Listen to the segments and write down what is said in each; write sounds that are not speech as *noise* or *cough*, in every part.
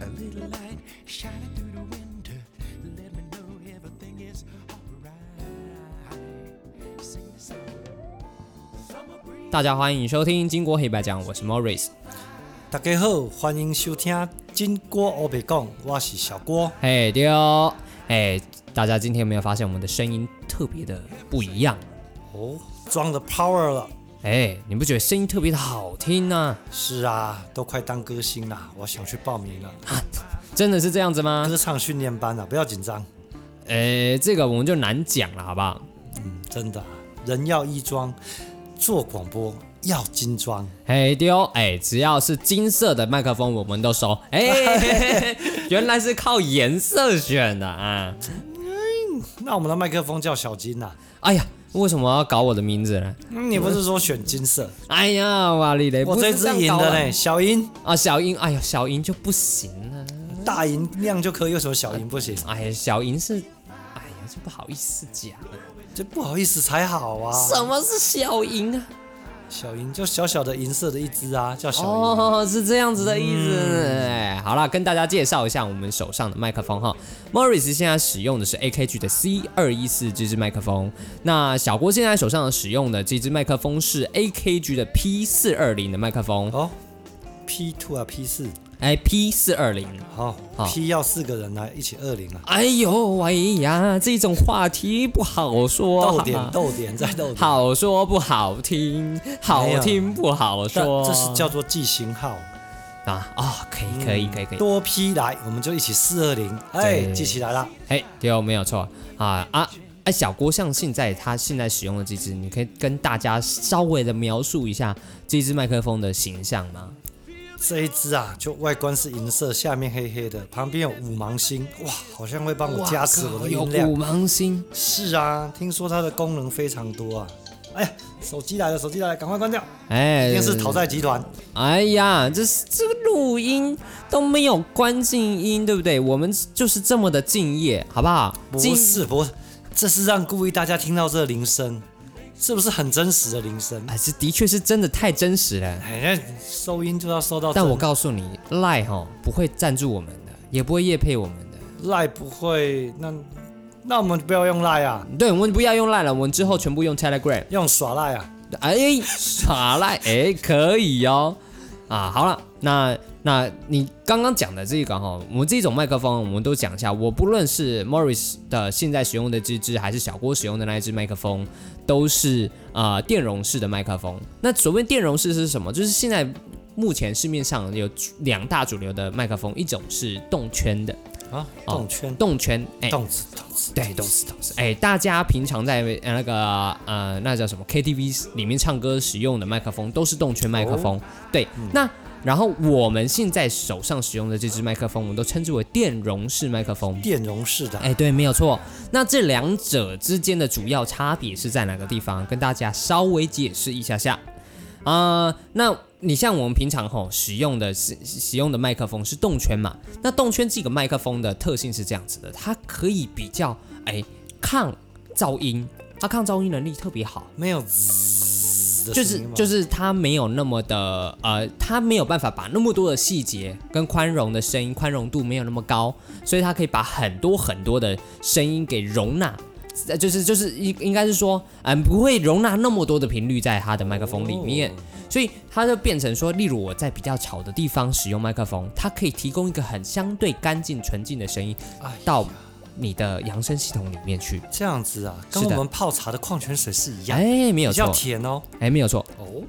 A little light shining through the window. Let me know everything is alright. Sing the song. Summer breeze. 大家欢迎收听《金国黑白讲》，我是 Morris。大家好，欢迎收听《金锅欧白讲》，我是小郭。嘿丢，哎，大家今天有没有发现我们的声音特别的不一样？哦，装了 power 了。哎，你不觉得声音特别的好听呢、是啊，都快当歌星啦，我想去报名了。真的是这样子吗？歌唱训练班啊，不要紧张。哎，这个我们就难讲了，好不好？嗯，真的啊，人要衣装，做广播要精装。嘿丢，哎，只要是金色的麦克风，我们都收。 *laughs* 哎，原来是靠颜色选的啊！那我们的麦克风叫小金呐、啊哎呀，为什么要搞我的名字呢？嗯你不是说选金色？哎呀，哇你嘞，我不这是支样赢搞的啊嘞，小赢啊，小英，哎呀，小英就不行了。大赢量就可以，为什么小赢不行？哎呀，小莹是，哎呀，就不好意思讲。这不好意思才好啊。什么是小莹啊？小赢就小小的银色的一只啊，叫小赢。哦，是这样子的意思。哎，好啦，跟大家介绍一下我们手上的麦克风哈。Morris 现在使用的是 AKG 的 C 二一四这支麦克风，那小郭现在手上使用的这支麦克风是 AKG 的 P 四二零的麦克风，哦，P two 啊，P 四，哎，P 四二零。好好，P 要四个人来一起二零啊，哎呦喂呀，这种话题不好说，逗好点吗逗点再逗点，好说不好听，好听不好但说。这是叫做记星号，啊啊，可以可以嗯可以可以，多 P 来，我们就一起四二零，哎，对记起来了，哎，对，没有错啊啊！哎，小郭像现在他现在使用的这支，你可以跟大家稍微的描述一下这支麦克风的形象吗？这一只啊，就外观是银色，下面黑黑的，旁边有五芒星，哇，好像会帮我加持我哇靠的有音量五，芒星，是啊，听说它的功能非常多啊，哎呀，手机来了，手机来了，赶快关掉，哎，一定是讨债集团，哎呀，这是这个录音都没有关静音，对不对？我们就是这么的敬业，好不好？敬不是不是，这是让故意大家听到这铃声，是不是很真实的铃声？哎，这的确是真的太真实了。哎，那收音就要收到真。但我告诉你，赖哈不会赞助我们的，也不会夜配我们的。赖不会，那那我们不要用赖啊，对，我们不要用赖了，我们之后全部用 Telegram。用耍赖啊。哎，耍赖，哎，可以哦。啊，好了，那那你刚刚讲的这个哈、我们这种麦克风，我们都讲一下。我不论是 Morris 的现在使用的这支，还是小郭使用的那一支麦克风，都是啊电容式的麦克风。那所谓电容式是什么？就是现在目前市面上有两大主流的麦克风，一种是动圈的，啊，哦动圈，动圈，哎，动词，动词，对，都是都是。哎，大家平常在呃那个呃那叫什么 KTV 里面唱歌使用的麦克风都是动圈麦克风。对，那然后我们现在手上使用的这支麦克风，我们都称之为电容式麦克风。电容式的啊。哎，对，没有错。那这两者之间的主要差别是在哪个地方？跟大家稍微解释一下下。啊、那你像我们平常吼使用的是使用的麦克风是动圈嘛？那动圈这个麦克风的特性是这样子的，它可以比较哎抗噪音，它抗噪音能力特别好。没有滋的就是声音吗就是它没有那么的呃，它没有办法把那么多的细节跟宽容的声音宽容度没有那么高，所以它可以把很多很多的声音给容纳，呃就是就是应应该是说，嗯、不会容纳那么多的频率在它的麦克风里面，哦所以它就变成说，例如我在比较吵的地方使用麦克风，它可以提供一个很相对干净纯净的声音哎呀到你的扬声系统里面去。这样子啊，跟是我的们泡茶的矿泉水是一样，哎，没有比较错，甜哦。哎，没有错，哦，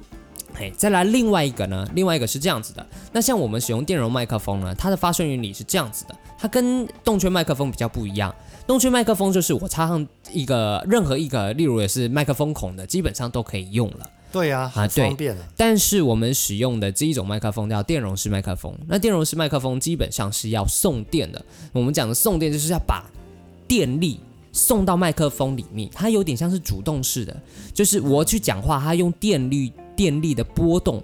哎，再来另外一个呢，另外一个是这样子的。那像我们使用电容麦克风呢，它的发声原理是这样子的，它跟动圈麦克风比较不一样。动圈麦克风就是我插上一个任何一个，例如也是麦克风孔的，基本上都可以用了。对呀，很对方便啊。但是我们使用的这一种麦克风叫电容式麦克风。那电容式麦克风基本上是要送电的。我们讲的送电就是要把电力送到麦克风里面，它有点像是主动式的，就是我去讲话，它用电力电力的波动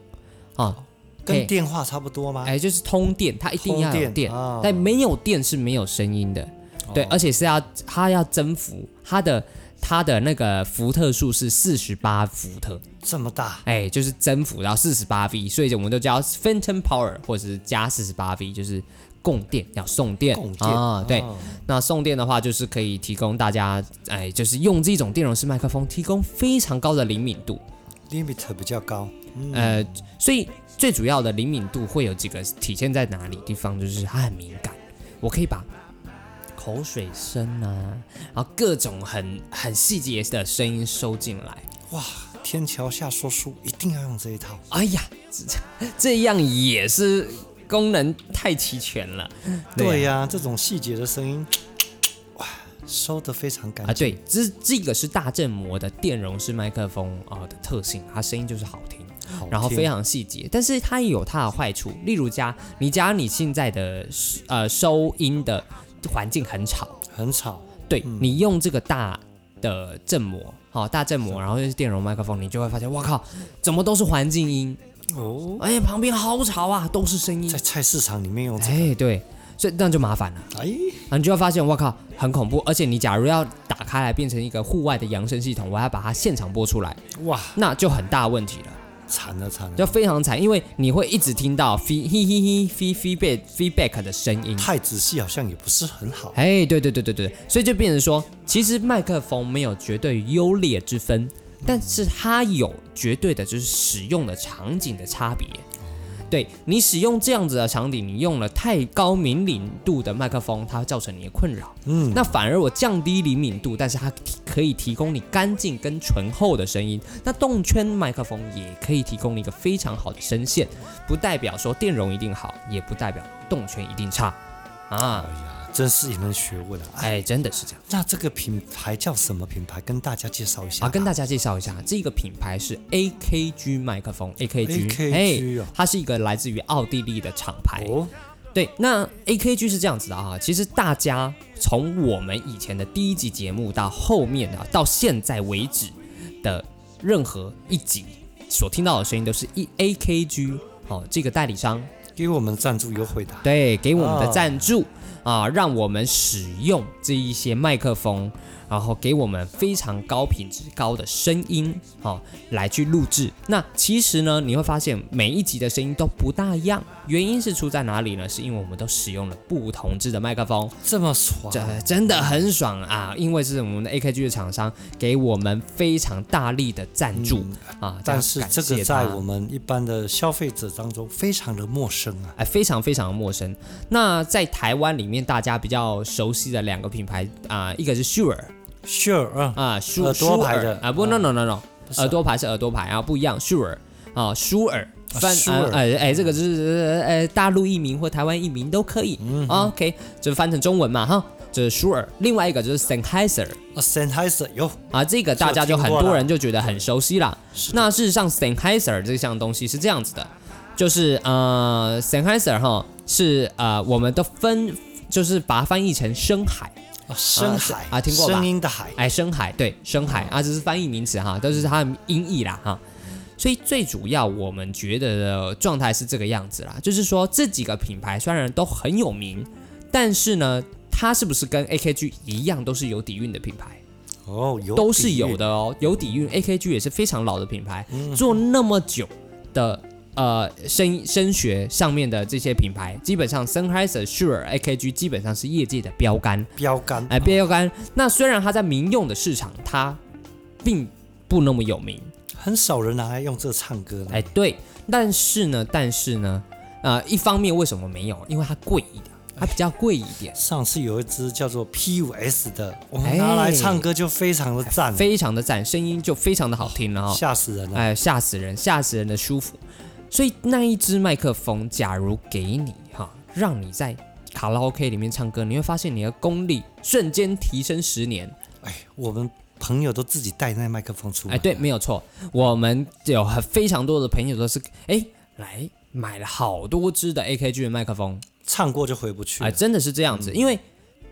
啊，跟嘿电话差不多吗？哎，就是通电，它一定要通有电电啊，哦但没有电是没有声音的。对，而且是要它要增幅，它的它的那个伏特数是四十八伏特，这么大，哎，就是增幅到四十八 V，所以我们都叫 Phantom Power 或者是加四十八 V，就是供电要送电供电啊，对。哦那送电的话，就是可以提供大家，哎，就是用这种电容式麦克风提供非常高的灵敏度， limit 比较高，呃，所以最主要的灵敏度会有几个体现在哪里地方，就是它很敏感，我可以把口水声啊，然后各种很很细节的声音收进来。哇，天桥下说书一定要用这一套，哎呀，这这样也是功能太齐全了。啊对呀、呀、这种细节的声音，哇，收的非常干啊，净，对，这这个是大振膜的电容式麦克风啊、的特性，它声音啊就是好听，好然后听非常细节，但是它也有它的坏处，例如加你加你现在的呃收音的环境很吵，很吵，对、你用这个大的振膜，好、大振膜，然后又是电容麦克风，你就会发现，哇靠，怎么都是环境音，哦，哎呀，旁边好吵啊，都是声音在，菜市场里面用这哎，对，所以那就麻烦了。哎，然后你就会发现，我靠，很恐怖。而且你假如要打开来变成一个户外的扬声系统，我还要把它现场播出来，哎哇，那就很大问题了，惨了惨了，就非常惨，因为你会一直听到 fe 嘿嘿嘿 fe feedback feedback 的声音。太仔细好像也不是很好，哎，对对对对对，所以就变成说，其实麦克风没有绝对优劣之分，但是它有绝对的就是使用的场景的差别。对你使用这样子的场景，你用了太高敏敏度的麦克风，它会造成你的困扰。嗯，那反而我降低灵敏度，但是它提可以提供你干净跟醇厚的声音。那动圈麦克风也可以提供你一个非常好的声线，不代表说电容一定好，也不代表动圈一定差啊。真是一门学问啊。哎，哎，真的是这样。那这个品牌叫什么品牌？跟大家介绍一下啊，吧。跟大家介绍一下，这个品牌是 AKG 麦克风，AKG， AKG 啊它是一个来自于奥地利的厂牌。哦，对，那 AKG 是这样子的啊，其实大家从我们以前的第一集节目到后面啊，到现在为止的任何一集所听到的声音，都是一 AKG 哦，这个代理商给我们赞助优惠的啊，对，给我们的哦赞助、啊，让我们使用这一些麦克风，然后给我们非常高品质、高的声音，好、来去录制。那其实呢，你会发现每一集的声音都不大一样，原因是出在哪里呢？是因为我们都使用了不同质的麦克风，这么爽，这真的很爽啊！因为是我们的 AKG 的厂商给我们非常大力的赞助、啊，嗯但是感这谢个在他我们一般的消费者当中非常的陌生啊。哎，非常非常陌生。那在台湾里面，大家比较熟悉的两个品牌啊、一个是 Shure Sure，嗯，啊，舒耳朵牌的舒尔啊，不，no no no no，是啊耳朵牌是耳朵牌啊，不一样，Shure 啊，舒尔。翻舒啊尔哎哎，这个就是呃大陆译名或台湾译名都可以、嗯啊 OK，就是翻成中文嘛哈，就是舒尔。另外一个就是 Sennheiser，啊 Sennheiser 有，啊，这个大家就很多人就觉得很熟悉啦。是那事实上，Sennheiser 这项东西是这样子的，就是呃，Sennheiser 哈是呃，我们的分就是把它翻译成深海，啊深海啊听过吧声音的海，哎，深海对，深海啊，这是翻译名词哈，都是它的音译啦哈。所以最主要我们觉得的状态是这个样子啦，就是说这几个品牌虽然都很有名，但是呢，它是不是跟 AKG 一样都是有底蕴的品牌？哦，有都是底蕴有，的哦，有底蕴。AKG 也是非常老的品牌，做那么久的呃声声学上面的这些品牌，基本上 Sennheiser、Shure、AKG 基本上是业界的标杆，标杆，哎，标杆。那虽然它在民用的市场它并不那么有名，很少人拿来用这唱歌的，哎，对，但是呢，但是呢，呃，一方面为什么没有？因为它贵一点，它比较贵一点。上次有一支叫做 PUS 的，我哎们拿来唱歌就非常的赞，非常的赞，声音就非常的好听了哈、吓死人了。哎，吓死人，吓死人的舒服。所以那一只麦克风，假如给你哈，让你在卡拉 OK 里面唱歌，你会发现你的功力瞬间提升十年。哎，我们朋友都自己带那麦克风出来，哎，对，没有错，我们有很非常多的朋友都是哎来买了好多支的 AKG 的麦克风，唱过就回不去哎，了，真的是这样子，因为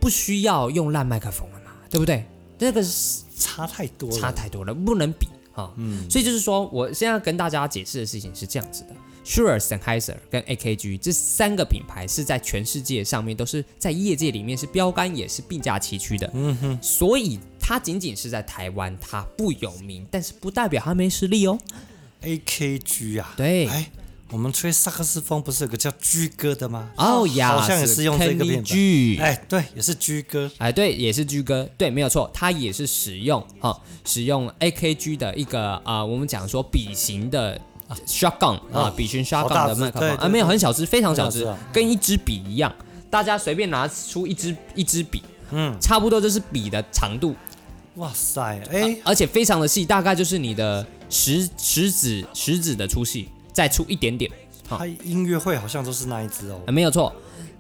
不需要用烂麦克风了嘛，对不对？这个是差太多了，差太多了，不能比哈。嗯，所以就是说，我现在要跟大家解释的事情是这样子的：Shure、Sennheiser 跟 AKG 这三个品牌是在全世界上面都是在业界里面是标杆，也是并驾齐驱的。嗯哼，所以它仅仅是在台湾它不有名，但是不代表它没实力哦。 AKG 啊，对哎，我们吹萨克斯风不是有个叫居哥的吗？哦呀，好像也是用这个 Kenny 变法 G 哎，对，也是居哥。哎，对，也是 G 哥，对，没有错，它也是使用哈、使用 AKG 的一个啊、我们讲说笔型的 shotgun 啊哦，笔型好大 shotgun 的只麦克对风啊，对没有对很小只，非常小很只小只啊，跟一支笔一样，大家随便拿出一支一支笔，嗯，差不多就是笔的长度，哇塞，哎，而且非常的细，大概就是你的食食指食指的粗细，再粗一点点。好他音乐会好像都是那一支哦啊，。没有错。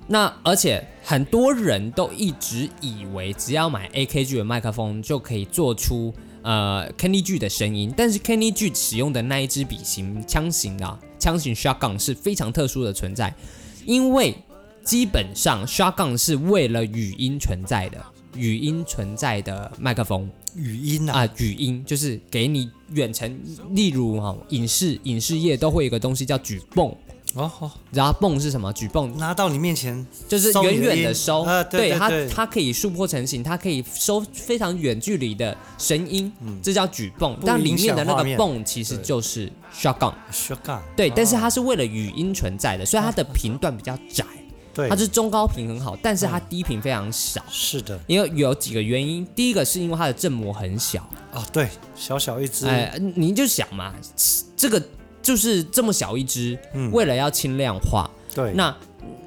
那而且很多人都一直以为只要买 AKG 的麦克风就可以做出呃 Kenny G 的声音，但是 Kenny G 使用的那一支笔型枪型的啊枪型 shotgun 是非常特殊的存在，因为基本上 shotgun 是为了语音存在的，语音存在的麦克风。语音啊，啊、语音就是给你远程，例如哈、影视影视业都会有一个东西叫举泵，哦，好你知道泵是什么？举泵拿到你面前，就是收你远远音的收，啊，对它对，它可以速坡成型，它可以收非常远距离的声音，这叫举泵。嗯不但里影面响的那画个面泵其实对啊就是 shotgun， shotgun，对，但是它是为了语音存在的，所以它的频段比较窄， *laughs* 对，它是中高频很好，但是它低频非常少。是的，因为有几个原因，第一个是因为它的振膜很小，哦，对，小小一只，哎，您就想嘛，这个就是这么小一只，嗯为了要轻量化，对，那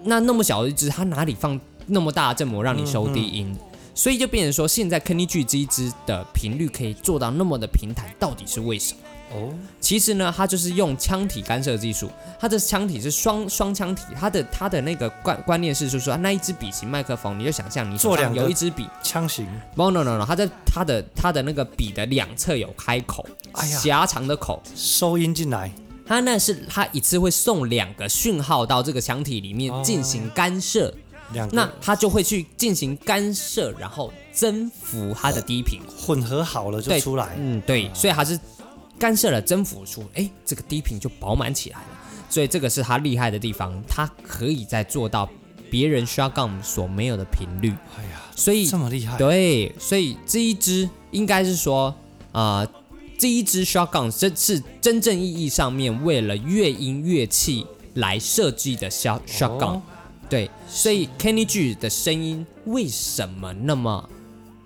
那那么小的一只，它哪里放那么大的振膜让你收低音？嗯所以就变成说，现在 Kenny G 这一支的频率可以做到那么的平坦，到底是为什么？哦，其实呢，它就是用腔体干涉技术，它的腔体是双双腔体，它的它的那个观观念是，就是说那一支笔型麦克风，你就想象你手做上两个有一支笔枪型， ，no no no no，它在它的它的那个笔的两侧有开口，哎呀狭长的口，收音进来，它那是它一次会送两个讯号到这个腔体里面哦进行干涉。两个那他就会去进行干涉，然后征服它的低频。混合好了就对出来，嗯，对，所以他是干涉了，征服出，哎，这个低频就饱满起来了。所以这个是他厉害的地方，他可以再做到别人 shotgun 所没有的频率。哎呀，所以这么厉害，对，所以这一支应该是说啊、呃这一支 shotgun 真是真正意义上面为了乐音乐器来设计的 shot shotgun、哦对，所以 Kenny G 的声音为什么那么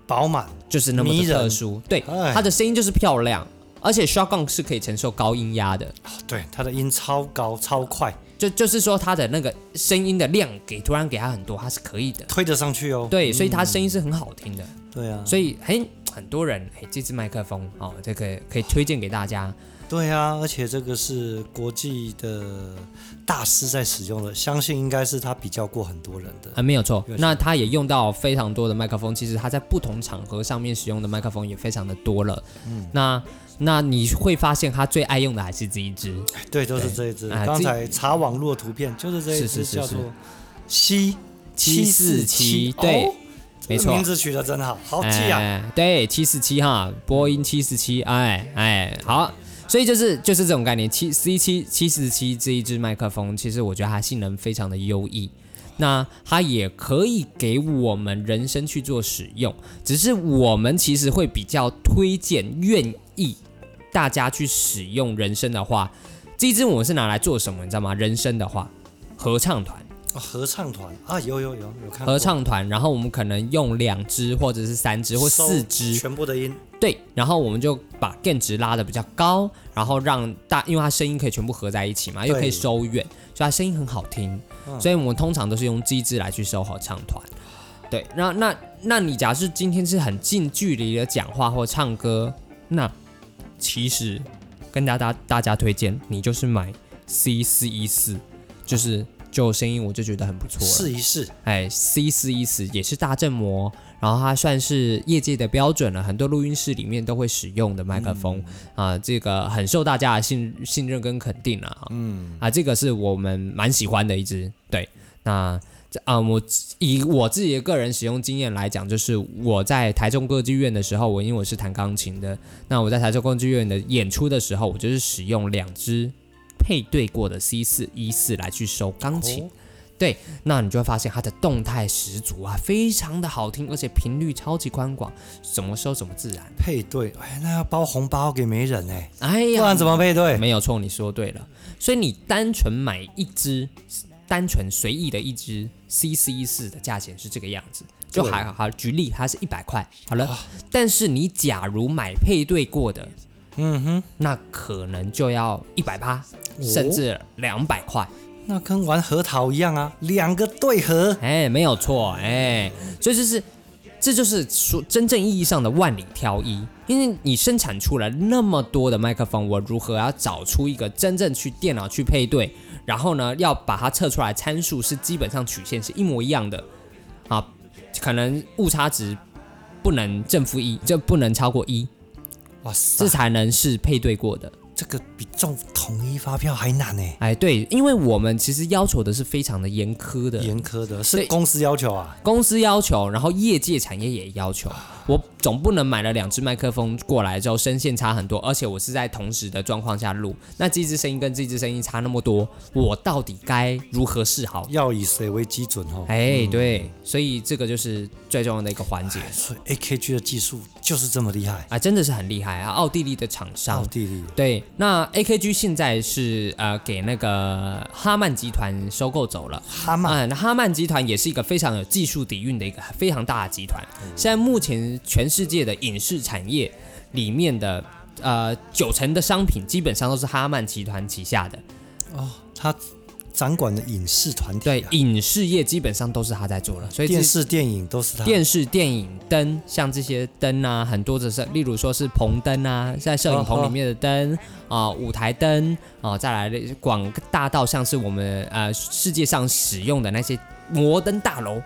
饱满，就是那么迷的人特殊？对，哎他的声音就是漂亮，而且 shotgun 是可以承受高音压的，对，它的音超高超快，就就是说他的那个声音的量给突然给他很多，他是可以的。推得上去哦，对，所以他声音是很好听的，对啊，所以很很多人哎，这支麦克风哦，这个可以推荐给大家。对啊，而且这个是国际的大师在使用的，相信应该是他比较过很多人的。啊，没有错有。那它也用到非常多的麦克风，其实它在不同场合上面使用的麦克风也非常的多了。嗯，那那你会发现它最爱用的还是这一支，对，就是这一支。哎刚这才查网络图片，就是这一是是支是叫做 C 747对没错哦名字取得真好，好记啊！哎，对，七四七哈，波音七四七，哎哎，好。所以就是就是这种概念，七 C 七七四七这一支麦克风，其实我觉得它性能非常的优异，那它也可以给我们人生去做使用，只是我们其实会比较推荐愿意大家去使用人声的话，这一支我是拿来做什么，你知道吗？人声的话，合唱团。哦合唱团啊，有有有有看过合唱团，然后我们可能用两支或者是三支或收四支，全部的音，对，然后我们就把电值拉的比较高，然后让大，因为它声音可以全部合在一起嘛，又可以收远，所以它声音很好听。嗯所以我们通常都是用机制来去收合唱团。对，那那那你假设今天是很近距离的讲话或唱歌，那其实跟大家大家推荐，你就是买 C 四一四，就是就声音我就觉得很不错了。试一试。哎，C 四一四也是大振膜，然后它算是业界的标准了，很多录音室里面都会使用的麦克风啊、这个很受大家的信信任跟肯定了。嗯，啊，这个是我们蛮喜欢的一支。对，那这啊、我以我自己的个人使用经验来讲，就是我在台中歌剧院的时候，我因为我是弹钢琴的，那我在台中歌剧院的演出的时候，我就是使用两支配对过的 C 四一四来去收钢琴。哦对，那你就会发现它的动态十足啊，非常的好听，而且频率超级宽广，怎么收怎么自然。配对，哎，那要包红包给媒人哎、哎呀，不然怎么配对？没有错，你说对了。所以你单纯买一支，单纯随意的一支 CC 四的价钱是这个样子，就对还好。好，举例它是一百块，好了。但是你假如买配对过的，嗯哼，那可能就要一百八，哦甚至两百块。那跟玩核桃一样啊，两个对合，哎，没有错，哎，所以就是，这就是说真正意义上的万里挑一，因为你生产出来那么多的麦克风，我如何要找出一个真正去电脑去配对，然后呢，要把它测出来参数是基本上曲线是一模一样的，啊，可能误差值不能正负一，就不能超过一，哇塞这，才能是配对过的。这个比中统一发票还难哎、哎，对，因为我们其实要求的是非常的严苛的，严苛的，对是公司要求啊，公司要求，然后业界产业也要求。我总不能买了两只麦克风过来之后声线差很多，而且我是在同时的状况下录，那这支声音跟这支声音差那么多，我到底该如何是好？要以谁为基准哦？哎，对，所以这个就是最重要的一个环节所以 AKG 的技术就是这么厉害，啊，真的是很厉害啊！奥地利的厂奥商，地利对，那 AKG 现在是呃给那个哈曼集团收购走了。哈嗯，曼哈曼集团也是一个非常有技术底蕴的一个非常大的集团。嗯现在目前全世界的影视产业里面的呃九成的商品基本上都是哈曼集团旗下的，哦，他掌管的影视团体、对啊，，影视业基本上都是他在做了，所以这电视电影都是他。电视、电影、灯，像这些灯啊，很多的是，例如说是棚灯啊，在摄影棚里面的灯哦啊、舞台灯啊、再来的广大到像是我们呃世界上使用的那些摩登大楼，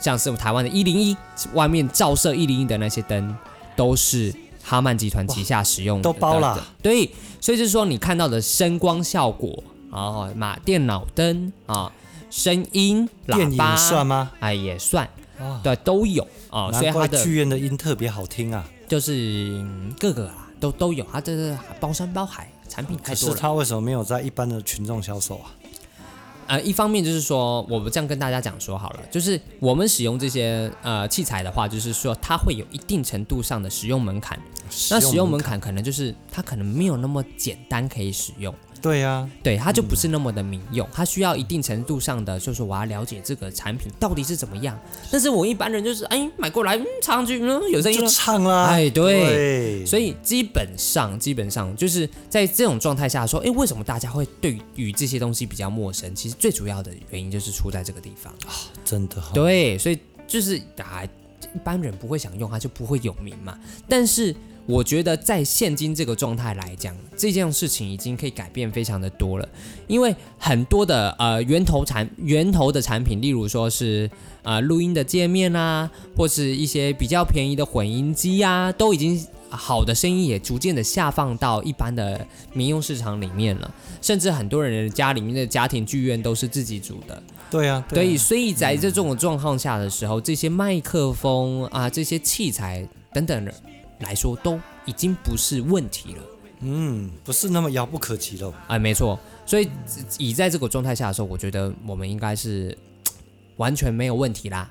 像是我们台湾的一零一，外面照射一零一的那些灯，都是哈曼集团旗下使用的都包啦的对，所以就是说你看到的声光效果啊，马电脑灯啊，声音电喇叭影算吗？哎也算。哦，对，都有啊、所以难它怪的剧院的音特别好听啊。就是嗯各个啊都都有，它这是包山包海，产品太可多是了。他为什么没有在一般的群众销售啊？呃，一方面就是说，我们这样跟大家讲说好了，就是我们使用这些呃器材的话，就是说它会有一定程度上的使用门槛。那使用门槛可能就是它可能没有那么简单可以使用。对啊呀、对，它就不是那么的民用，它需要一定程度上的，就是我要了解这个产品到底是怎么样。但是我一般人就是，哎，买过来，嗯，插上去，嗯，有声音就了，唱啦。哎对对，所以基本上，基本上就是在这种状态下说，诶，为什么大家会对于这些东西比较陌生？其实最主要的原因就是出在这个地方。真的、哦、对，所以就是啊，一般人不会想用它，就不会有名嘛。但是我觉得在现今这个状态来讲，这件事情已经可以改变非常的多了，因为很多的呃源头产源头的产品，例如说是呃录音的界面啊，或是一些比较便宜的混音机啊，都已经。好的声音也逐渐的下放到一般的民用市场里面了，甚至很多人的家里面的家庭剧院都是自己组的，对呀、啊，所对以，啊所以在这种状况下的时候，这些麦克风啊、这些器材等等的来说，都已经不是问题了。嗯，不是那么遥不可及喽。啊，没错。所以以在这个状态下的时候，我觉得我们应该是嗯完全没有问题啦。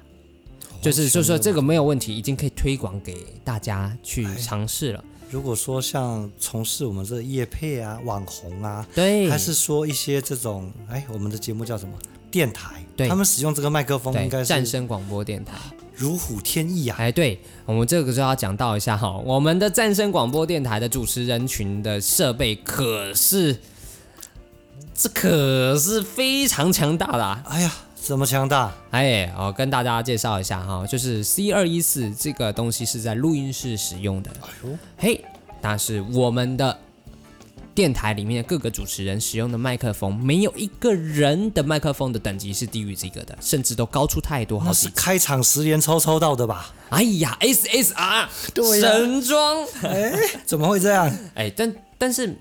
就是就是说这个没有问题，已经可以推广给大家去哎尝试了。如果说像从事我们这业配啊、网红啊，对，还是说一些这种，哎，我们的节目叫什么？电台，对他们使用这个麦克风应该对战是声广播电台。如虎添翼啊。哎，对我们这个就要讲到一下哈，我们的战声广播电台的主持人群的设备可是，这可是非常强大的、啊。哎呀，这么强大！哎，我跟大家介绍一下哈，就是 C 二一四这个东西是在录音室使用的，哎呦，嘿，但是我们的电台里面的各个主持人使用的麦克风，没有一个人的麦克风的等级是低于这个的，甚至都高出太多好那几是开场十连抽抽到 *laughs* 的吧？哎呀，SSR，对呀神装，哎，怎么会这样？哎，但但是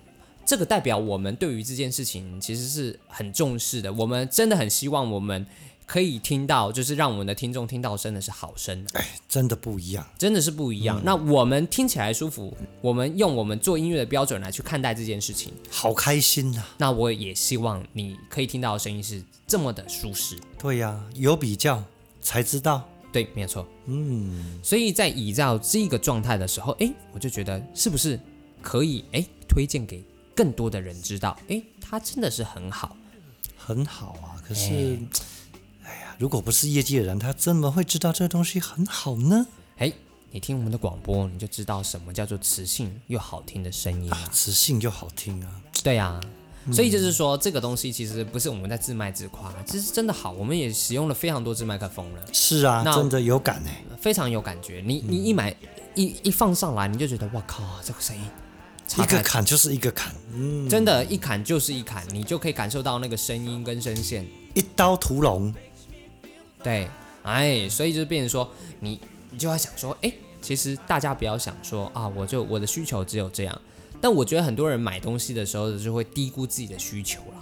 这个代表我们对于这件事情其实是很重视的，我们真的很希望我们可以听到，就是让我们的听众听到真的是好声，真的不一样。真的是不一样。那我们听起来舒服，我们用我们做音乐的标准来去看待这件事情。好开心啊呐、那我也希望你可以听到的声音是这么的舒适。对呀、有比较才知道。对，没有错。嗯，所以在依照这个状态的时候，诶，我就觉得是不是可以诶推荐给更多的人知道？诶，它真的是很好。很好啊，可是，哎呀，如果不是业界人，他怎么会知道这东西很好呢？诶，哎你听我们的广播，你就知道什么叫做磁性又好听的声音了、磁性就好听啊，对啊，嗯所以就是说，这个东西其实不是我们在自卖自夸，这是真的好。我们也使用了非常多支麦克风了，是啊，那真的有感哎、非常有感觉。嗯你你一买一一放上来，你就觉得哇靠，这个声音差一个太坎就是一个坎，嗯，真的，一砍就是一砍，你就可以感受到那个声音跟声线。一刀屠龙，对，哎，所以就变成说，你你就要想说，哎，其实大家不要想说啊，我就我的需求只有这样。但我觉得很多人买东西的时候就会低估自己的需求啦，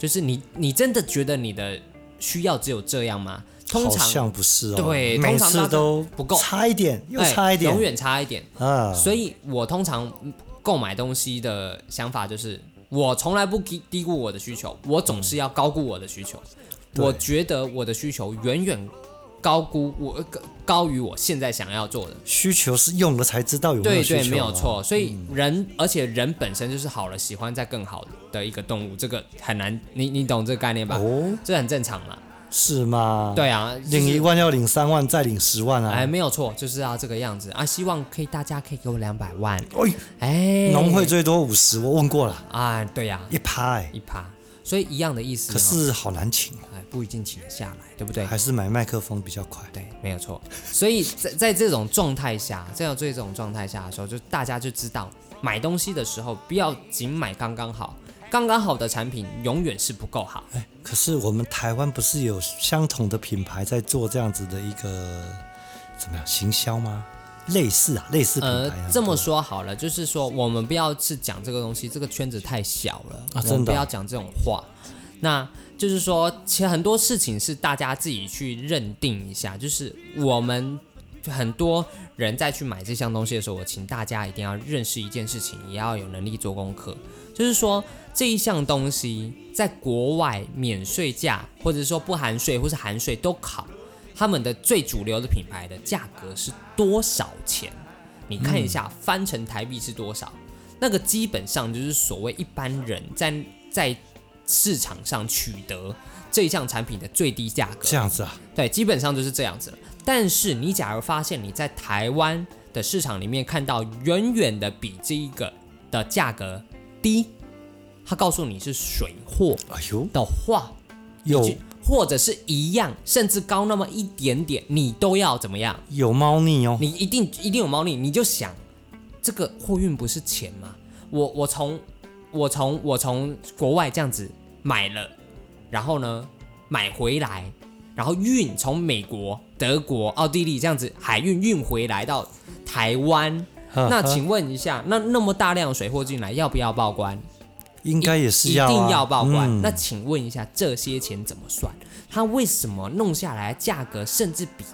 就是你你真的觉得你的需要只有这样吗？通好常哎像不是哦，对通每常大次家都不够差一点又哎差一点永远差一点。啊，所以我通常嗯购买东西的想法就是，我从来不低低估我的需求，我总是要高估我的需求。对我觉得我的需求远远高估我呃高高于我现在想要做的。需求是用了才知道有没对有需求啊嗯对，嘛没有错。，所以人，而且人本身就是好了，喜欢再更好的一个动物，这个很难。你你懂这个概念吧？哦，这很正常嘛。是吗？，对啊，就是领一万要领三万，再领十万啊，哎，没有错，就是要这个样子啊。希望可以，大家可以给我两百万。哎，哎，农会最多五十，我问过了，啊，对呀、一趴哎，一趴，所以一样的意思、哦。可，是好难请哦。哎，不一定请得下来，对不对？还是买麦克风比较快。对，没有错。所以在在这种状态下，在这种状态下的时候，就大家就知道买东西的时候，不要仅买刚刚好，刚刚好的产品永远是不够好。可是我们台湾不是有相同的品牌在做这样子的一个怎么样行销吗？类似啊，类似品牌、呃啊。，这么说好了，就是说我们不要去讲这个东西，这个圈子太小了，啊我们真的不要讲这种话。那就是说，其实很多事情是大家自己去认定一下，就是我们很多人在去买这项东西的时候，我请大家一定要认识一件事情，也要有能力做功课，就是说这一项东西在国外免税价，或者说不含税，或是含税都考，他们的最主流的品牌的价格是多少钱？你看一下，翻成台币是多少？那个基本上就是所谓一般人在在市场上取得这一项产品的最低价格这。样子啊，对，基本上就是这样子了。但是你假如发现你在台湾的市场里面看到远远的比这一个的价格低，他告诉你是水货哎呦，的话，有就或者是一样，甚至高那么一点点，你都要怎么样？有猫腻哦，你一定一定有猫腻，你就想这个货运不是钱吗？我我从我从我从国外这样子买了，然后呢买回来，然后运从美国、德国、奥地利这样子海运运回来到台湾。呵那呵请问一下，那那么大量的水货进来，要不要报关？应该也是一要、啊、定要报关。嗯那请问一下，这些钱怎么算？他为什么弄下来价格甚至比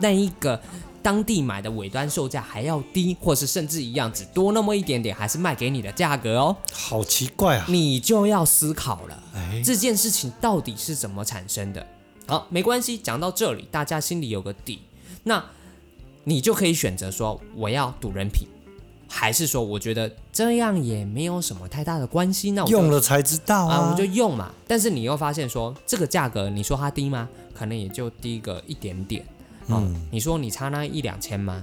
那一个当地买的尾端售价还要低，或是甚至一样，只多那么一点点，还是卖给你的价格哦？好奇怪啊，你就要思考了，哎这件事情到底是怎么产生的？好，没关系，讲到这里，大家心里有个底。那你就可以选择说，我要赌人品，还是说我觉得这样也没有什么太大的关系，那我就用了才知道啊，我啊，们就用嘛。但是你又发现说这个价格，你说它低吗？可能也就低个一点点。哦、你说你差那一两千吗？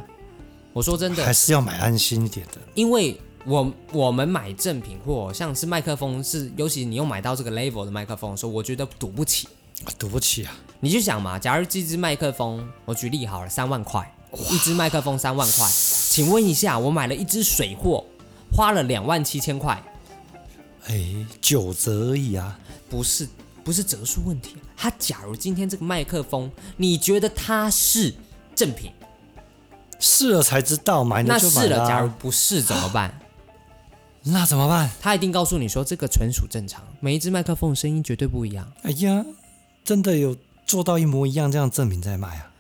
我说真嗯还的，是要买安心一点的。因为我我们买正品或像是麦克风是，尤其你又买到这个 level 的麦克风的时候，我觉得赌不起。啊对不起啊，你就想嘛，假如这支麦克风，我举例好了，三万块，一支麦克风三万块，请问一下，我买了一支水货，花了两万七千块，哎，九折而已啊，不是不是折数问题，它假如今天这个麦克风，你觉得它是正品，试了才知道，买那了就买是了，啊假如不是怎么办？ *laughs* 那怎么办？他一定告诉你说这个纯属正常，每一只麦克风声音绝对不一样。哎呀，真的有做到一模一样这样赠品在卖啊。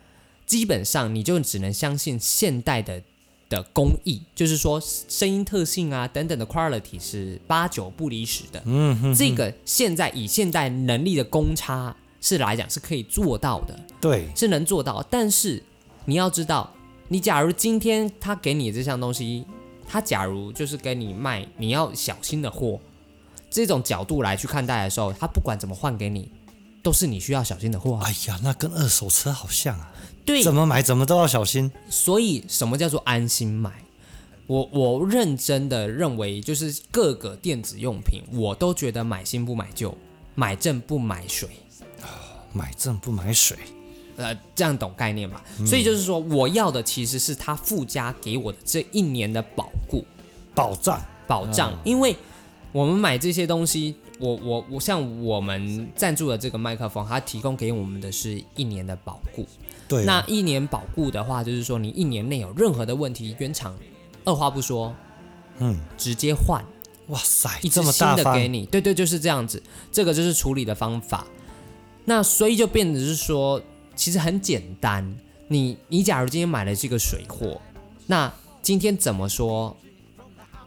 基本上你就只能相信现代的的工艺，就是说声音特性啊等等的 quality 是八九不离十的。嗯哼，这个现在以现代能力的公差是来讲是可以做到的，对，是能做到。但是你要知道，你假如今天他给你这项东西，他假如就是给你卖，你要小心的货，这种角度来去看待的时候，他不管怎么换给你，都是你需要小心的货啊。哎呀，那跟二手车好像啊，对，怎么买怎么都要小心。所以什么叫做安心买？我我认真的认为，就是各个电子用品，我都觉得买新不买旧，买正不买水。买正不买水，呃，这样懂概念吧？所以就是说，我要的其实是它附加给我的这一年的保固保障。保障，因为我们买这些东西，我我我像我们赞助的这个麦克风，它提供给我们的是一年的保固。对啊，那一年保固的话，就是说你一年内有任何的问题，原厂二话不说嗯，直接换哇塞一，支这么新大的方给，你，对对，就是这样子，这个就是处理的方法。那所以就变得是说，其实很简单。你你假如今天买了这个水货，那今天怎么说，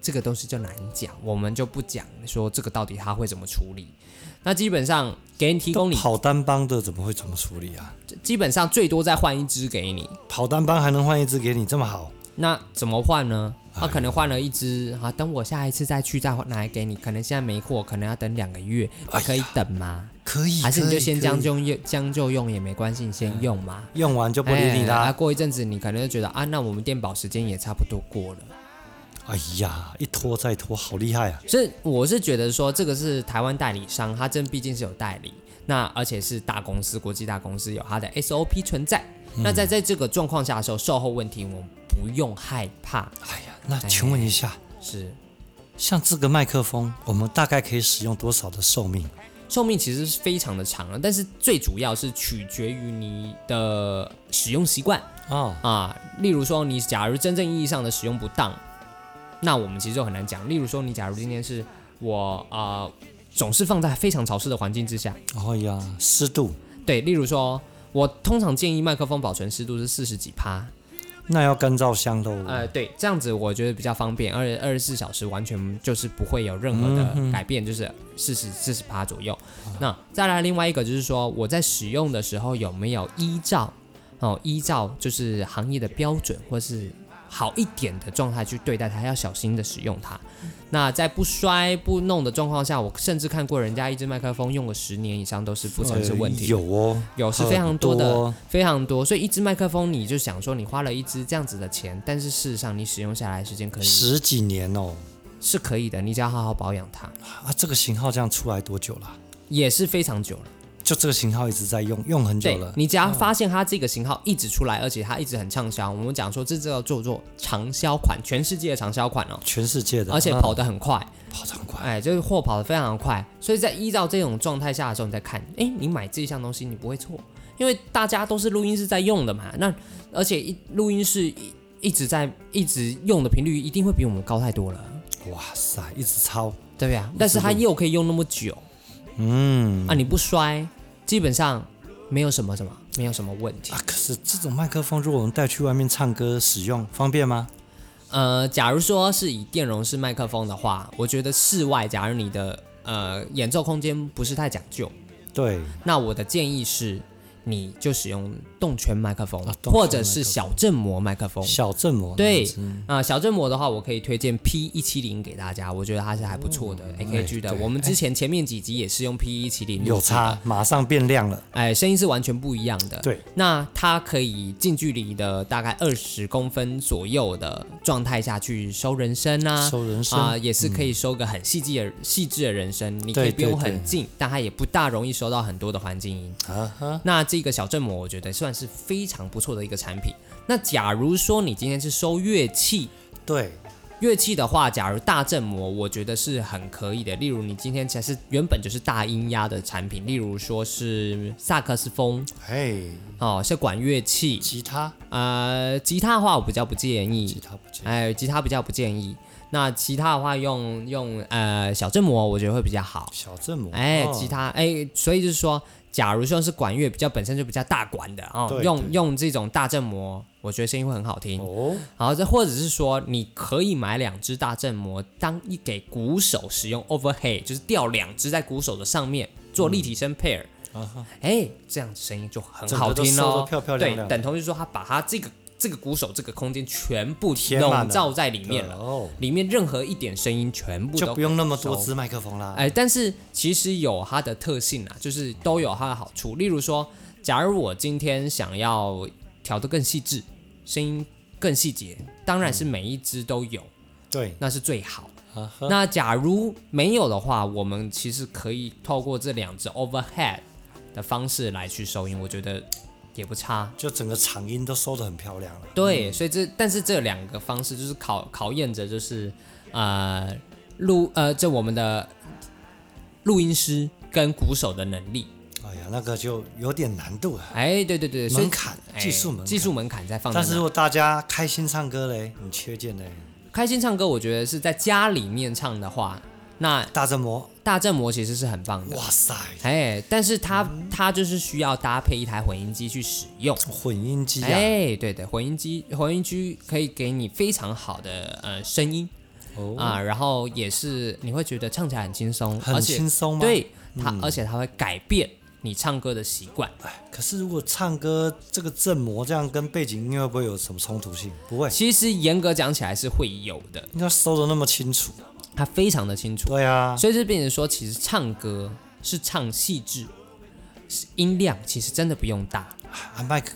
这个东西就难讲，我们就不讲说这个到底它会怎么处理。那基本上给你提供你，跑单帮的怎么会怎么处理啊？基本上最多再换一支给你，跑单帮还能换一只给你，这么好？那怎么换呢？他、哎可能换了一只，好、等我下一次再去再拿来给你。可能现在没货，可能要等两个月，哎呀可以等吗？可以，还是你可就以先可将以就用将就用也没关系，你先用嘛。用完就不理你哎啊啦。过一阵子你可能就觉得啊，那我们电保时间也差不多过了。哎呀，一拖再拖，好厉害啊！所以我是觉得说，这个是台湾代理商，它真毕竟是有代理，那而且是大公司，国际大公司有它的 SOP 存在。嗯那在在这个状况下的时候，售后问题我们不用害怕，哎呀，那请问一下，是像这个麦克风，我们大概可以使用多少的寿命？寿命其实是非常的长了，但是最主要是取决于你的使用习惯哦，啊。例如说，你假如真正意义上的使用不当，那我们其实就很难讲。例如说，你假如今天是我啊、呃总是放在非常潮湿的环境之下，哎呀，湿度，对，例如说。我通常建议麦克风保存湿度是四十几趴，那要干燥箱喽。呃，对，这样子我觉得比较方便，二二十四小时完全就是不会有任何的改变，就是四十四十趴左右。那再来另外一个就是说，我在使用的时候有没有依照哦依照就是行业的标准或是好一点的状态去对待它，要小心的使用它。那在不摔不弄的状况下，我甚至看过人家一支麦克风用了十年以上都是不曾是问题呃的。有哦，有是非常多的很哦非常多，所以一支麦克风你就想说你花了一支这样子的钱，但是事实上你使用下来的时间可以十几年哦。是可以的，你只要好好保养它，啊，这个型号这样出来多久了？也是非常久了。就这个型号一直在用，用很久对了。你只要发现它这个型号一直出来，而且它一直很畅销，我们讲说这叫做做长销款，全世界的长销款哦，全世界的，而且啊跑得很快，跑得很快，哎，就是货跑得非常的快，所以在依照这种状态下的时候，你再看，哎，你买这项东西你不会错，因为大家都是录音室在用的嘛，那而且一录音室一一直在一直用的频率一定会比我们高太多了，哇塞，一直超，对不对啊？但是它又可以用那么久嗯啊，你不摔，基本上没有什么什么，没有什么问题啊。，可是这种麦克风，如果我们带去外面唱歌使用，方便吗？呃，假如说是以电容式麦克风的话，我觉得室外，假如你的呃演奏空间不是太讲究，对，那我的建议是，你就使用动圈麦克风，啊动圈或者是小振膜麦克风。小振膜那对一只，啊、小振膜的话，我可以推荐 P 一七零给大家，我觉得它是还不错的、AKG 的。嗯对我们之前前面几集也是用 P 一七零，有差，，马上变亮了。哎，声音是完全不一样的。对，那它可以近距离的大概二十公分左右的状态下去收人声啊，收人声啊、也是可以收个很细致的、细致的人声，你可以嗯对不用对对很近，但它也不大容易收到很多的环境音。啊哈，那这个小振膜，我觉得算是非常不错的一个产品。那假如说你今天是收乐器，对，乐器的话，假如大振膜，我觉得是很可以的。例如你今天才是原本就是大音压的产品，例如说是萨克斯风嘿，哦，是管乐器，吉他，呃，吉他的话我比较不建吉议，他不见，哎，吉他比较不建议。那其他的话用用呃小振膜，我觉得会比较好。小振膜，哎，哦吉他，哎，所以就是说，假如说是管乐比较本身就比较大管的啊、哦，对用对用这种大振膜，我觉得声音会很好听。哦，然后再或者是说，你可以买两只大振膜，当一给鼓手使用 overhead，就是吊两只在鼓手的上面做立体声 pair，哎、这样声音就很嗯啊整个好都听收得哦，漂漂亮亮对，的等同于说他把他这个这个鼓手这个空间全部填满了笼罩在里面对了，哦，里面任何一点声音全部都就不用那么多收支麦克风啦。哎，但是其实有它的特性啊，就是都有它的好处。例如说，假如我今天想要调得更细致，声音更细节，当然是每一支都有，对，那是最好。啊哈那假如没有的话，我们其实可以透过这两只 overhead 的方式来去收音，我觉得也不差。就整个场音都收得很漂亮了。对，所以这但是这两个方式就是考考验着就是呃录呃这我们的录音师跟鼓手的能力。哎呀，那个就有点难度了，哎，对对对，所以门槛哎技术门槛技术门槛在放在但是那。如果大家开心唱歌嘞，很缺见嘞，开心唱歌，我觉得是在家里面唱的话，那大振膜，大振膜其实是很棒的。哇塞，哎，但是它它就是需要搭配一台混音机去使用。混音机啊，哎，对对，混音机混音机可以给你非常好的呃声音。哦，啊，然后也是你会觉得唱起来很轻松，很而且轻松吗嗯对它，而且它会改变你唱歌的习惯。哎，可是如果唱歌这个振膜这样跟背景音乐会不会有什么冲突性？不会，其实严格讲起来是会有的，应该收的那么清楚。它非常的清楚，对啊，所以这变成说，其实唱歌是唱细致，是音量其实真的不用大啊麦克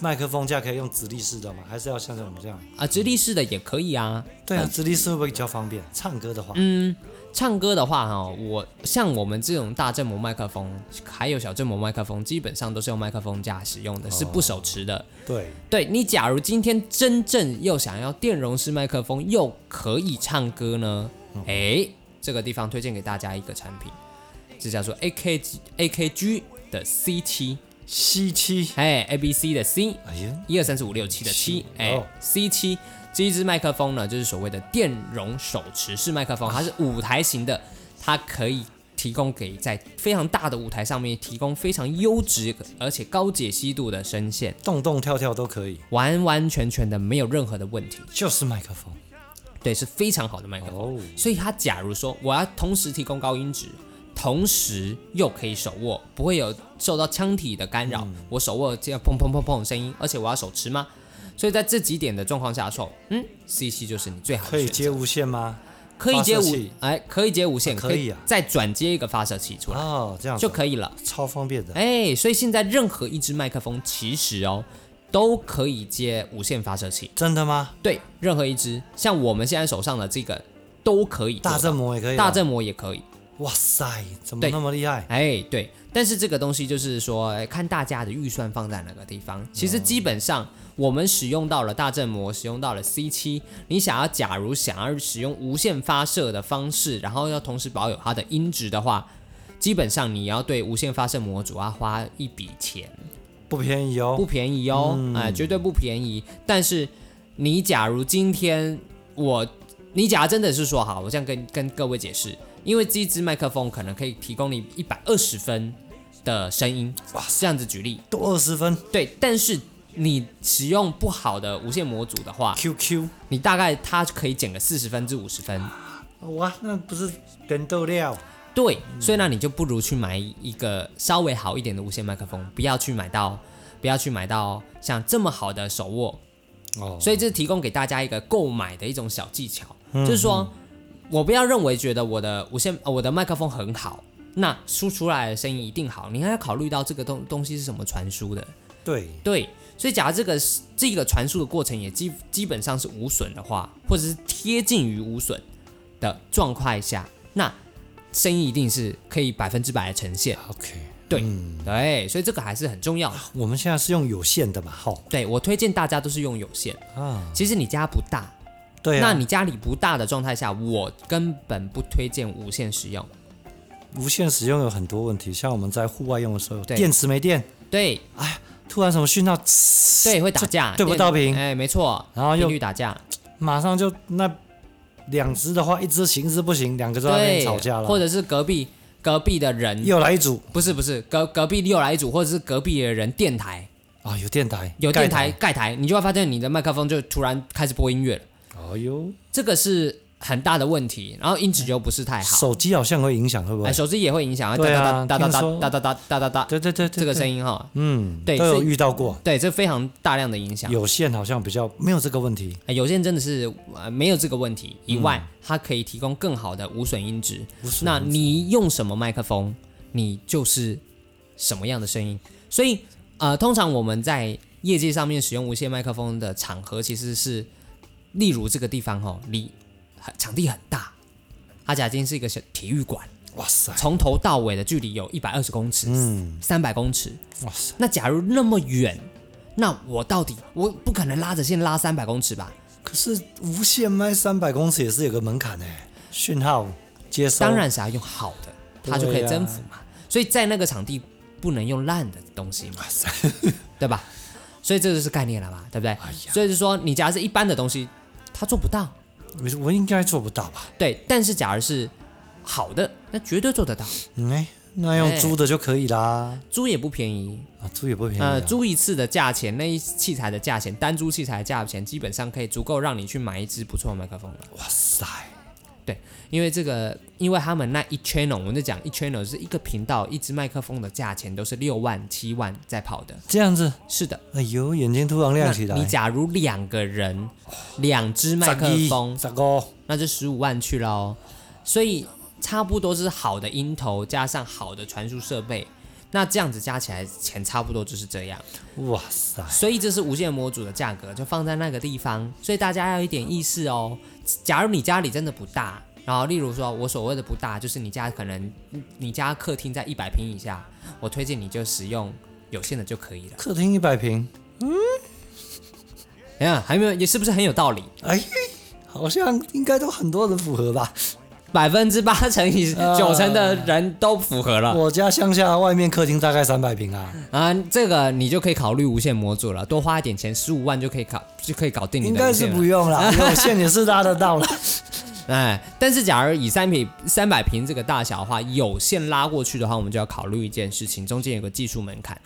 麦克风架可以用直立式的吗？还是要像我们这样？啊，直立式的也可以啊。对啊，直立式会不会比较方便？唱歌的话，嗯唱歌的话哈、我像我们这种大振膜麦克风，还有小振膜麦克风，基本上都是用麦克风架使用的，哦是不手持的。对，对你，假如今天真正又想要电容式麦克风，又可以唱歌呢？嗯哎、这个地方推荐给大家一个产品，这叫做 AKG AKG 的 C 七，吸气，哎，ABC 的 C，哎呀，一二三四五六七的七七，哎哦，C 七这一支麦克风呢，就是所谓的电容手持式麦克啊风，它是舞台型的，它可以提供给在非常大的舞台上面提供非常优质而且高解析度的声线。动动跳跳都可以，完完全全的没有任何的问题，就是麦克风。对，是非常好的麦克风。哦所以它假如说我要同时提供高音质，同时又可以手握，不会有受到腔体的干嗯扰，我手握这样砰砰砰砰的声音，而且我要手持吗？所以在这几点的状况下说，嗯，C 七就是你最好的可以选择接无线吗？可以接发射无器，哎，可以接无线，啊可以啊再转接一个发射器出来、哦，这样子就可以了。超方便的。哎，所以现在任何一支麦克风其实哦都可以接无线发射器。真的吗？对，任何一只，像我们现在手上的这个都可以做到，大振膜也可以啊。大振膜也可以。哇塞，怎么对那么厉害？哎，对，但是这个东西就是说，哎看大家的预算放在哪个地嗯方。其实基本上我们使用到了大振膜，使用到了 C 七，你想要假如想要使用无线发射的方式，然后要同时保有它的音质的话。基本上你要对无线发射模组要啊花一笔钱，不便宜不哦。便宜哦，哎、绝对不便宜。但是你假如今天我，你假如真的是说好，我这样跟跟各位解释，因为这一支麦克风可能可以提供你一百二十分的声音，哇，这样子举例，多二十分对。但是你使用不好的无线模组的话， ，QQ，你大概它可以减个四十分至五十分。哇，那不是人豆料？对，所以那你就不如去买一个稍微好一点的无线麦克风，不要去买到，不要去买到像这么好的手握，哦，所以这提供给大家一个购买的一种小技巧，就是说我不要认为觉得我的无线、呃我的麦克风很好，那输出来的声音一定好，你还要考虑到这个东东西是什么传输的，对，对。所以，假如这个是这个传输的过程也基基本上是无损的话，或者是贴近于无损的状态下，那声音一定是可以百分之百的呈现。 OK，对、对，所以这个还是很重要的。我们现在是用有线的嘛，好对我推荐大家都是用有线，啊，其实你家不大，对啊，那你家里不大的状态下，我根本不推荐无线使用。无线使用有很多问题，像我们在户外用的时候，对电池没电，对突然什么讯号，对，会打架，对不电到屏哎，没错，然后频又率打架，马上就那两只的话，一只行一只不行，两个在那边对，吵架了，或者是隔壁隔壁的人又来一组不是不是隔隔壁又来一组，或者是隔壁的人电台啊、有电台，有电台盖盖台，你就会发现你的麦克风就突然开始播音乐了，台，哎呦，这个是很大的问题。然后音质又不是太好，手机好像会影响，会不会哎，？手机也会影响啊，对哒啊哒哒哒听说哒哒哒哒哒哒哒，对对对对，这个声音，音哈，嗯，对都所有以遇到过，对，这非常大量的影响。有线好像比较没有这个问题，哎有些人真的是呃没有这个问题，以外，它可以提供更好的无损音质。嗯无损那你用什么麦克风，你就是什么样的声音。所以呃，通常我们在业界上面使用无线麦克风的场合，其实是例如这个地方哦，你很场地很大，它假今天是一个小体育馆，哇塞，从头到尾的距离有一百二十公尺，嗯，三百公尺。哇塞，那假如那么远，那我到底我不可能拉着线拉三百公尺吧？可是无线麦三百公尺也是有个门槛哎、讯号接收，当然是要用好的，它就可以对啊征服嘛。所以在那个场地不能用烂的东西嘛， *laughs* 对吧？所以这就是概念了吧，对不对？哎呀所以就是说，你假如是一般的东西，它做不到，我我应该做不到吧？对。但是假如是好的，那绝对做得到。嗯，哎那用哎租的就可以啦，租也不便宜，啊，租也不便宜、啊，呃，租一次的价钱，那一器材的价钱，单租器材的价钱，基本上可以足够让你去买一支不错的麦克风了。哇塞，因为这个，因为他们那一 channel，我们就讲一 channel 是一个频道，一支麦克风的价钱都是六万、七万在跑的。这样子，是的，哎呦，眼睛突然亮起来，那你假如两个人，两只麦克风，咋个？那就十五万去喽。所以差不多是好的音头加上好的传输设备，那这样子加起来钱差不多就是这样。哇塞，所以这是无线模组的价格，就放在那个地方。所以大家要有一点意识哦。假如你家里真的不大，然后例如说我所谓的不大，就是你家可能你家客厅在一百平以下，我推荐你就使用有线的就可以了。客厅一百平，哎呀，还没有，也是不是很有道理？哎，好像应该都很多人符合吧？百分之八成以嗯九成的人都符合了我家乡下外面客厅大概三百平啊，啊，这个你就可以考虑无线模组了，多花一点钱，十五万就可以搞就可以搞定你应的无啊该是线不了。用啦，有线也是拉得到 *laughs* 啦。哎，但是假如以三平三百平这个大小的话，有线拉过去的话，我们就要考虑一件事情，中间有个技术门槛，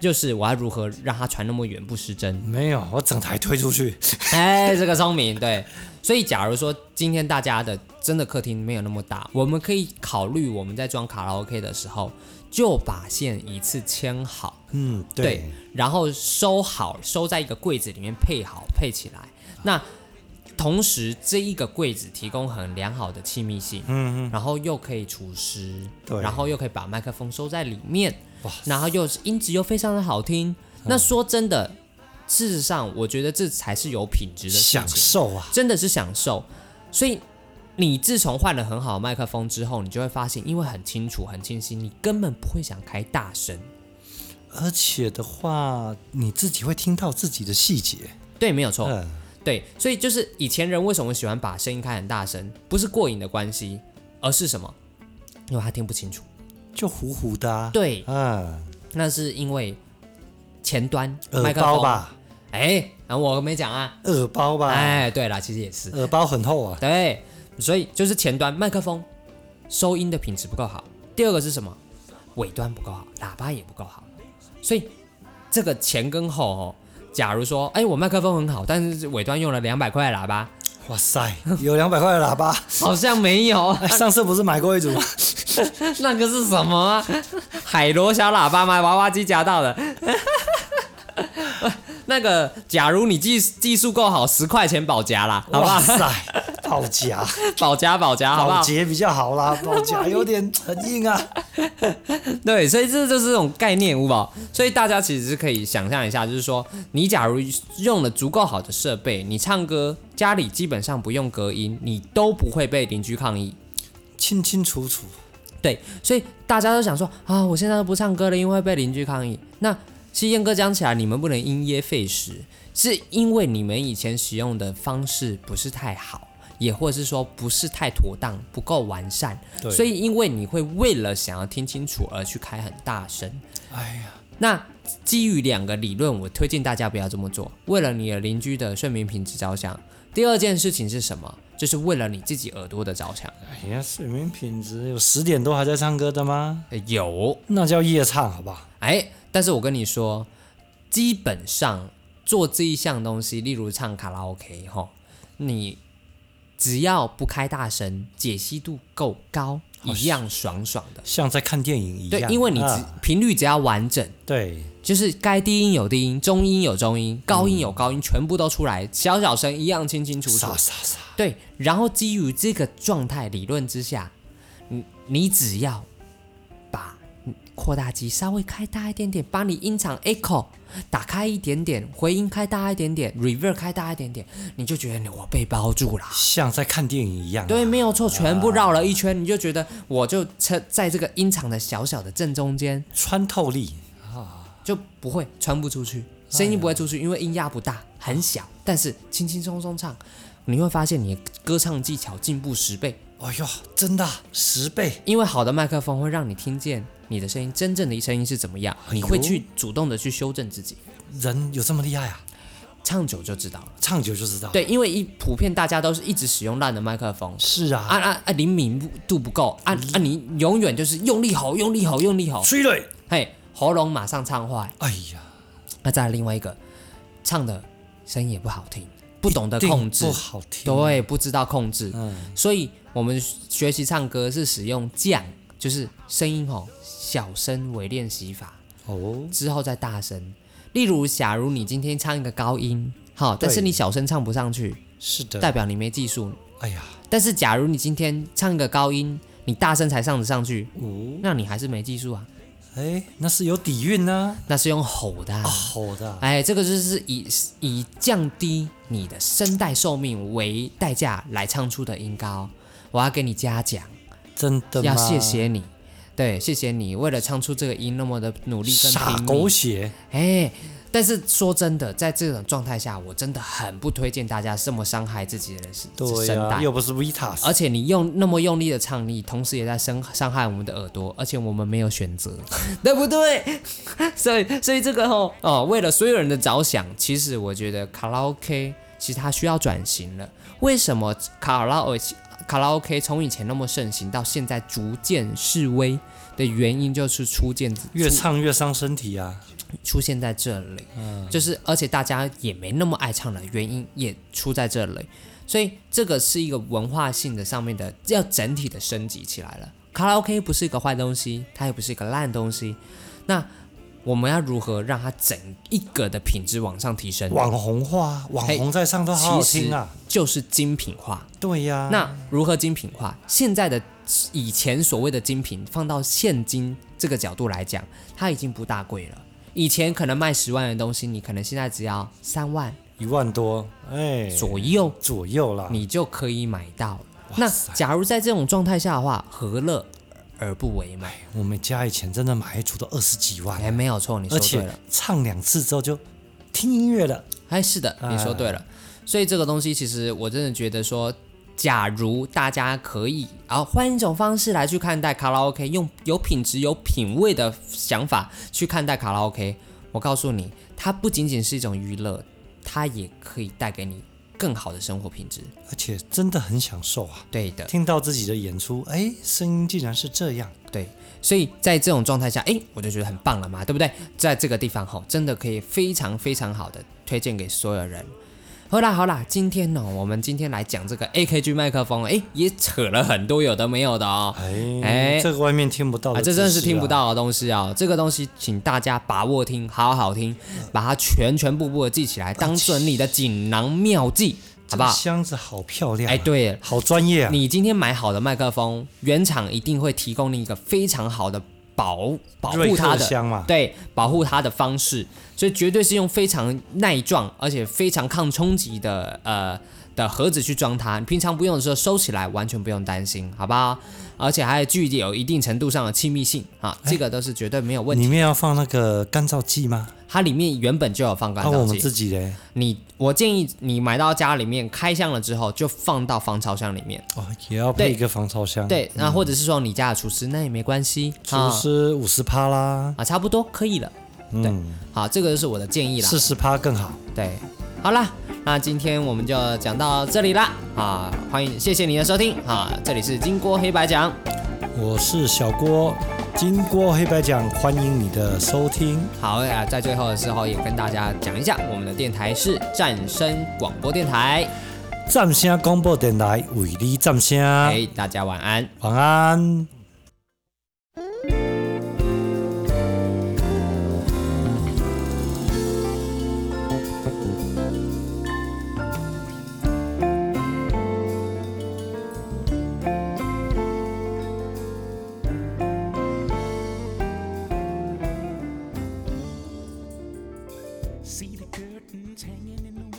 就是我要如何让它传那么远不失真。 *laughs* 没有，我整台推出去，哎，这个聪明，对。所以，假如说今天大家的真的客厅没有那么大，我们可以考虑我们在装卡拉 OK 的时候，就把线一次牵好，嗯，对，然后收好，收在一个柜子里面配好配起来。那同时，这一个柜子提供很良好的气密性，嗯嗯，然后又可以除湿，对然后又可以把麦克风收在里面，哇嗯然后又是音质又非常的好听。那说真的，事实上，我觉得这才是有品质的事情享受啊，真的是享受。所以你自从换了很好的麦克风之后，你就会发现，因为很清楚、很清晰，你根本不会想开大声。而且的话，你自己会听到自己的细节，对，没有错。嗯，对，所以就是以前人为什么喜欢把声音开很大声，不是过瘾的关系，而是什么？因为他听不清楚。就糊糊的、啊，，对，嗯，那是因为前端麦耳克风包。吧，哎，然后我没讲啊。耳包吧，哎，对了，其实也是。耳包很 *laughs* 厚啊，对，所以就是前端麦克风收音的品质不够好，第二个是什么？尾端不够好，喇叭也不够好，所以这个前跟后哦，假如说，哎，我麦克风很好，但是尾端用了两百块的喇 *laughs* 叭，哇塞，有两百块的喇叭， *laughs* 好像没有，哎上次不是买过一组吗？那个是什么 *laughs* 啊？海螺小喇叭吗？娃娃机夹到的。 *laughs* 那个，假如你技技术够好，十块钱保夹啦，好不 *laughs* 好？哇塞，保夹，保夹保夹，好不好保？洁比较 *laughs* 好啦，保夹有点很硬啊。对，所以这就是这种概念，五宝。所以大家其实是可以想象一下，就是说，你假如用了足够好的设备，你唱歌家里基本上不用隔音，你都不会被邻居抗议。清清楚楚，对，所以大家都想说啊，我现在都不唱歌了，因为会被邻居抗议。那其实燕哥讲起来，你们不能因噎废食，是因为你们以前使用的方式不是太好，也或是说不是太妥当，不够完善。对所以因为你会为了想要听清楚而去开很大声。哎呀，那基于两个理论，我推荐大家不要这么做。为了你的邻居的睡眠品质着想，第二件事情是什么？就是为了你自己耳朵的着想。哎呀，睡眠品质有十点多还在唱歌的吗？呃有，那叫夜唱，好不好？哎，但是我跟你说，基本上做这一项东西，例如唱卡拉 OK 哈，你只要不开大声，解析度够高，一样爽爽的。像在看电哦影一对样。，因为你只、啊频率只要完整，对就是该低音有低音，中音有中音，高音有高音，全部都出来，小小声一样清清楚楚傻。傻傻，对，然后基于这个状态理论之下，你你只要把扩大机稍微开大一点点，把你音场 echo 打开一点点，回音开大一点点，reverb 开大一点点，你就觉得你我被包住了。像在看电影一样。对，没有错，全部绕了一圈，你就觉得我就在在这个音场的小小的正中间，穿透力，就不会穿不出去，声音不会出去，因为音压不大，很小，但是轻轻松松唱，你会发现你的歌唱技巧进步十倍。哎呦，真的啊十倍，因为好的麦克风会让你听见你的声音真正的声音是怎么样，呦你会去主动的去修正自己。人有这么厉害啊？唱久就知道了。唱久就知道。，对，因为一普遍大家都是一直使用烂的麦克风，是啊。啊啊啊，灵敏度不够，啊啊，你永远就是用力吼，用力吼，用力吼，催泪，嘿，喉咙马上唱坏。哎呀，那再来另外一个，唱的声音也不好听，不懂得定控制不，好听。，对，不知道控制，嗯，所以我们学习唱歌是使用降，就是声音吼小声为练习法。哦，之后再大声。例如，假如你今天唱一个高音，好，但是你小声唱不上去，是的。代表你没技术。哎呀，但是假如你今天唱一个高音，你大声才唱得上去，哦，那你还是没技术啊，哎，那是有底蕴呢，那是用吼的、啊。好的啊。哎，这个就是以以降低你的声带寿命为代价来唱出的音高。我要给你嘉奖，真的吗？要谢谢你，对，谢谢你为了唱出这个音那么的努力跟傻拼命。狗血，哎，但是说真的，在这种状态下，我真的很不推荐大家这么伤害自己的声对声呀，带。又不是 Vitas，而且你用那么用力的唱，你同时也在伤伤害我们的耳朵，而且我们没有选 *laughs* 择，对不对？ *laughs* 所以，所以这个哦，哦，为了所有人的着想，其实我觉得卡拉 OK 其实它需要转型了。为什么卡拉 O 卡拉 OK 从以前那么盛行，到现在逐渐式微的原因，就是出现越唱越伤身体啊。出现在这里，嗯就是而且大家也没那么爱唱了，原因也出在这里，所以这个是一个文化性的上面的，要整体的升级起来了。卡拉 OK 不是一个坏东西，它也不是一个烂东西，那我们要如何让它整一个的品质往上提升？网红化，网红在上都好好其听实啊。就是精品化。对呀，那如何精品化？现在的以前所谓的精品，放到现今这个角度来讲，它已经不大贵了。以前可能卖十万的东西，你可能现在只要三万一万多，哎，左右，左右啦。你就可以买到了。那哇塞假如在这种状态下的话，何乐而不为嘛？我们家以前真的买一组都二十几万，哎，没有错，你而说对且了。唱两次之后就听音乐了。哎，是的，你说对了。所以这个东西，其实我真的觉得说，假如大家可以啊，换一种方式来去看待卡拉 OK，用有品质、有品味的想法去看待卡拉 OK，我告诉你，它不仅仅是一种娱乐，它也可以带给你更好的生活品质。而且真的很享受啊！对的，听到自己的演出，哎，声音竟然是这样，对。所以在这种状态下，哎，我就觉得很棒了嘛，对不对？在这个地方吼，真的可以非常非常好的推荐给所有人。好啦好啦，今天呢、我们今天来讲这个 AKG 麦克风，哎，也扯了很多有的没有的哦。哎，哎这个外面听不到的、啊，这真的是听不。到的东西啊！这个东西，请大家把握听，好好听，把它全全部部的记起来，当准你的锦囊妙计，好这不个好？箱子好漂亮、啊哎，，对了，好专业啊！你今天买好的麦克风，原厂一定会提供你一个非常好的保保瑞护克它的箱嘛，对，保护它的方式，所以绝对是用非常耐撞，而且非常抗冲击的呃的盒子去装它。你平常不用的时候收起来，完全不用担心，好不好？而且还具有一定程度上的亲密性啊，哎这个都是绝对没有问里题。面要放那个干燥剂吗？啊它里面原本就有放干哦那、我燥们剂，自己嘞？你我建议你买到家里面开箱了之后，就放到防潮箱里面。哦，也要配对一个防潮箱。，对，啊那或者是说你家的厨师，那也没关系，嗯厨师五十趴啦，啊嗯啊，差不多可以了。对，好，这个就是我的建议啦。四十趴更好。对，好啦，那今天我们就讲到这里啦啊！欢迎，谢谢你的收听啊！这里是金锅黑白讲，我是小郭，金锅黑白讲，欢迎你的收听。好啊，在最后的时候也跟大家讲一下，我们的电台是战声广播电台。占声广播电台为你占声，哎、大家晚安。晚安。 See the curtains hanging in the